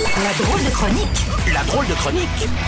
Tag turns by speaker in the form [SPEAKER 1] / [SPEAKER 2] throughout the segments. [SPEAKER 1] La drôle de chronique.
[SPEAKER 2] La drôle de chronique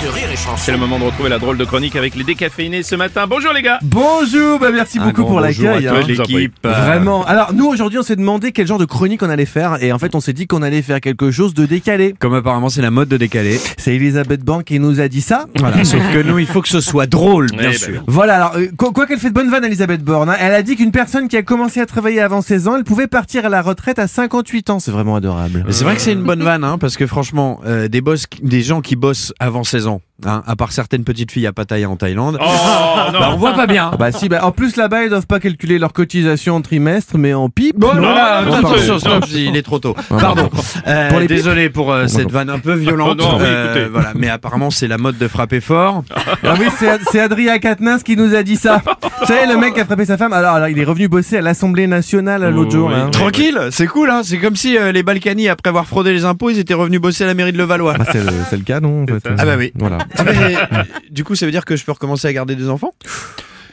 [SPEAKER 2] de Rire et Chanson.
[SPEAKER 3] C'est le moment de retrouver la drôle de chronique avec les décaféinés ce matin. Bonjour les gars
[SPEAKER 4] Bonjour, bah merci beaucoup pour l'accueil. hein.
[SPEAKER 3] l'équipe.
[SPEAKER 4] Vraiment. Alors nous aujourd'hui on s'est demandé quel genre de chronique on allait faire et en fait on s'est dit qu'on allait faire quelque chose de décalé.
[SPEAKER 5] Comme apparemment c'est la mode de décaler.
[SPEAKER 4] C'est Elisabeth Bank qui nous a dit ça. Voilà.
[SPEAKER 5] Sauf que nous, il faut que ce soit drôle,
[SPEAKER 3] Eh
[SPEAKER 5] bien
[SPEAKER 3] ben.
[SPEAKER 5] sûr.
[SPEAKER 4] Voilà, alors euh, quoi quoi qu'elle fait de bonne vanne Elisabeth Borne, hein. elle a dit qu'une personne qui a commencé à travailler avant 16 ans, elle pouvait partir à la retraite à 58 ans, c'est vraiment adorable.
[SPEAKER 5] Mais C'est vrai que c'est une bonne vanne, hein, parce que franchement, euh, des, boss, qui- des gens qui bossent avant 16 ans, hein, à part certaines petites filles à Pattaya en Thaïlande,
[SPEAKER 3] Oh
[SPEAKER 5] bah, on
[SPEAKER 3] non
[SPEAKER 5] voit pas bien.
[SPEAKER 4] Ah bah si, bah, en plus là-bas ils doivent pas calculer leur cotisation en trimestre mais en pipe.
[SPEAKER 5] Bon, non,
[SPEAKER 3] là,
[SPEAKER 5] non,
[SPEAKER 3] non,
[SPEAKER 5] non,
[SPEAKER 3] non,
[SPEAKER 5] stop,
[SPEAKER 3] non,
[SPEAKER 5] stop, je dis, il est trop tôt. Pardon. Euh,
[SPEAKER 4] Pour les Oh, pipes.
[SPEAKER 5] désolé pour euh, cette vanne un peu violente.
[SPEAKER 3] Non, non, oui,
[SPEAKER 5] euh,
[SPEAKER 3] écoutez.
[SPEAKER 5] voilà, mais apparemment, c'est la mode de frapper fort.
[SPEAKER 4] Ah oui, c'est c'est Adrien Quatennens qui nous a dit ça. Vous savez, le mec qui a frappé sa femme, alors, alors, il est revenu bosser à l'Assemblée nationale euh, l'autre
[SPEAKER 3] Oh,
[SPEAKER 4] jour.
[SPEAKER 3] oui.
[SPEAKER 4] hein.
[SPEAKER 5] Tranquille, c'est cool. Hein, c'est comme si euh, les Balkany, après avoir fraudé les impôts, ils étaient revenus bosser à la mairie de Levallois.
[SPEAKER 4] Ah, c'est le, c'est le cas, non en fait.
[SPEAKER 3] ça.
[SPEAKER 5] Ah bah oui.
[SPEAKER 4] Voilà.
[SPEAKER 5] Ah, mais, euh, du coup, ça veut dire que je peux recommencer à garder des enfants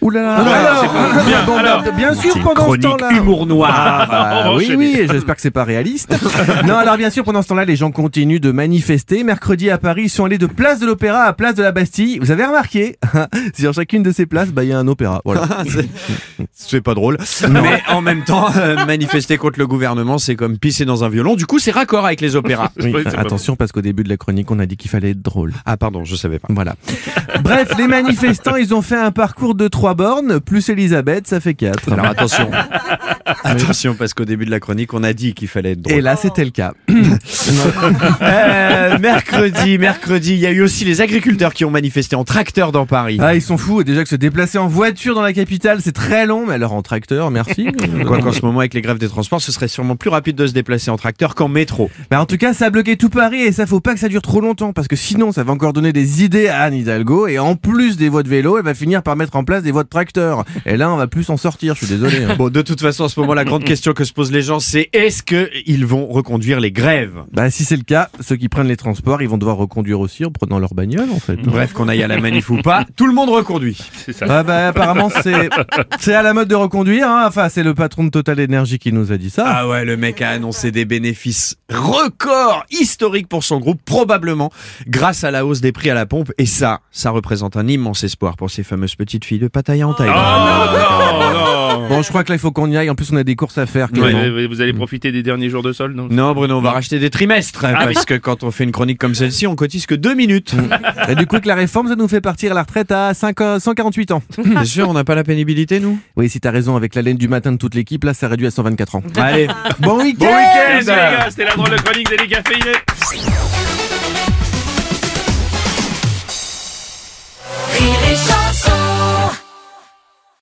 [SPEAKER 4] Ouh là là.
[SPEAKER 3] alors, c'est pas-
[SPEAKER 4] alors,
[SPEAKER 3] bien,
[SPEAKER 4] bon,
[SPEAKER 3] alors.
[SPEAKER 4] bien sûr, pendant ce temps-là.
[SPEAKER 5] humour noir.
[SPEAKER 4] Ah, bah,
[SPEAKER 3] On va
[SPEAKER 4] oui,
[SPEAKER 3] enchaîner.
[SPEAKER 4] oui, et j'espère que c'est pas réaliste. non, alors bien sûr, pendant ce temps-là, les gens continuent de manifester. Mercredi à Paris, ils sont allés de place de l'Opéra à place de la Bastille. Vous avez remarqué Sur chacune de ces places, bah il y a un opéra. Voilà.
[SPEAKER 5] C'est- c'est pas drôle. Mais en même temps, euh, manifester contre le gouvernement, c'est comme pisser dans un violon. Du coup, c'est raccord avec les opéras.
[SPEAKER 4] Oui,
[SPEAKER 3] Oui, c'est pas
[SPEAKER 4] attention, parce qu'au début de la chronique, on a dit qu'il fallait être drôle.
[SPEAKER 5] Ah pardon, je savais pas.
[SPEAKER 4] Voilà. Bref, les manifestants, ils ont fait un parcours de trois bornes, plus Elisabeth, ça fait quatre.
[SPEAKER 5] Alors attention. attention, parce qu'au début de la chronique, on a dit qu'il fallait être drôle.
[SPEAKER 4] Et là, c'était le cas.
[SPEAKER 5] Euh, mercredi, mercredi, il y a eu aussi les agriculteurs qui ont manifesté en tracteur dans Paris.
[SPEAKER 4] Ah, ils sont fous. Et Déjà que se déplacer en voiture dans la capitale, c'est très long, mais alors en tracteur, merci.
[SPEAKER 5] Quoi qu'en ce moment, avec les grèves des transports, ce serait sûrement plus rapide de se déplacer en tracteur qu'en métro.
[SPEAKER 4] Bah, en tout cas, ça a bloqué tout Paris et ça faut pas que ça dure trop longtemps parce que sinon, ça va encore donner des idées à Anne Hidalgo et en plus des voies de vélo, elle va finir par mettre en place des voies de tracteur. Et là, on va plus s'en sortir, je suis désolé. hein.
[SPEAKER 5] Bon, de toute façon, en ce moment, la grande question que se posent les gens, c'est est-ce qu'ils vont reconduire les grèves
[SPEAKER 4] Bah, si c'est le cas, ceux qui prennent les transports, ils vont devoir reconduire aussi en prenant leur bagnole, en fait. hein.
[SPEAKER 5] Bref, qu'on aille à la manif ou pas, tout le monde reconduit.
[SPEAKER 3] C'est ça.
[SPEAKER 4] Ah bah apparemment c'est c'est à la mode de reconduire hein. enfin c'est le patron de Total Energy qui nous a dit ça.
[SPEAKER 5] Ah ouais, le mec a annoncé des bénéfices records historiques pour son groupe, probablement grâce à la hausse des prix à la pompe. Et ça, ça représente un immense espoir pour ces fameuses petites filles de Pattaya en
[SPEAKER 3] Oh
[SPEAKER 5] Thaïlande.
[SPEAKER 3] non, non
[SPEAKER 4] Bon je crois que là il faut qu'on y aille en plus on a des courses à faire
[SPEAKER 3] Ouais,
[SPEAKER 4] Clément.
[SPEAKER 3] ouais, Vous allez profiter des derniers jours de sol, non
[SPEAKER 5] Non, Bruno, on va racheter des trimestres, hein, parce que quand on fait une chronique comme celle-ci, on cotise que deux minutes.
[SPEAKER 4] Et du coup que la réforme ça nous fait partir à la retraite à 5 ans- 148 ans.
[SPEAKER 5] Bien sûr, on n'a pas la pénibilité, nous
[SPEAKER 4] Oui si t'as raison avec la laine du matin de toute l'équipe là ça réduit à 124 ans.
[SPEAKER 5] Allez,
[SPEAKER 4] Bon week-end
[SPEAKER 3] Merci les gars, c'était la drôle de chronique des décaféinés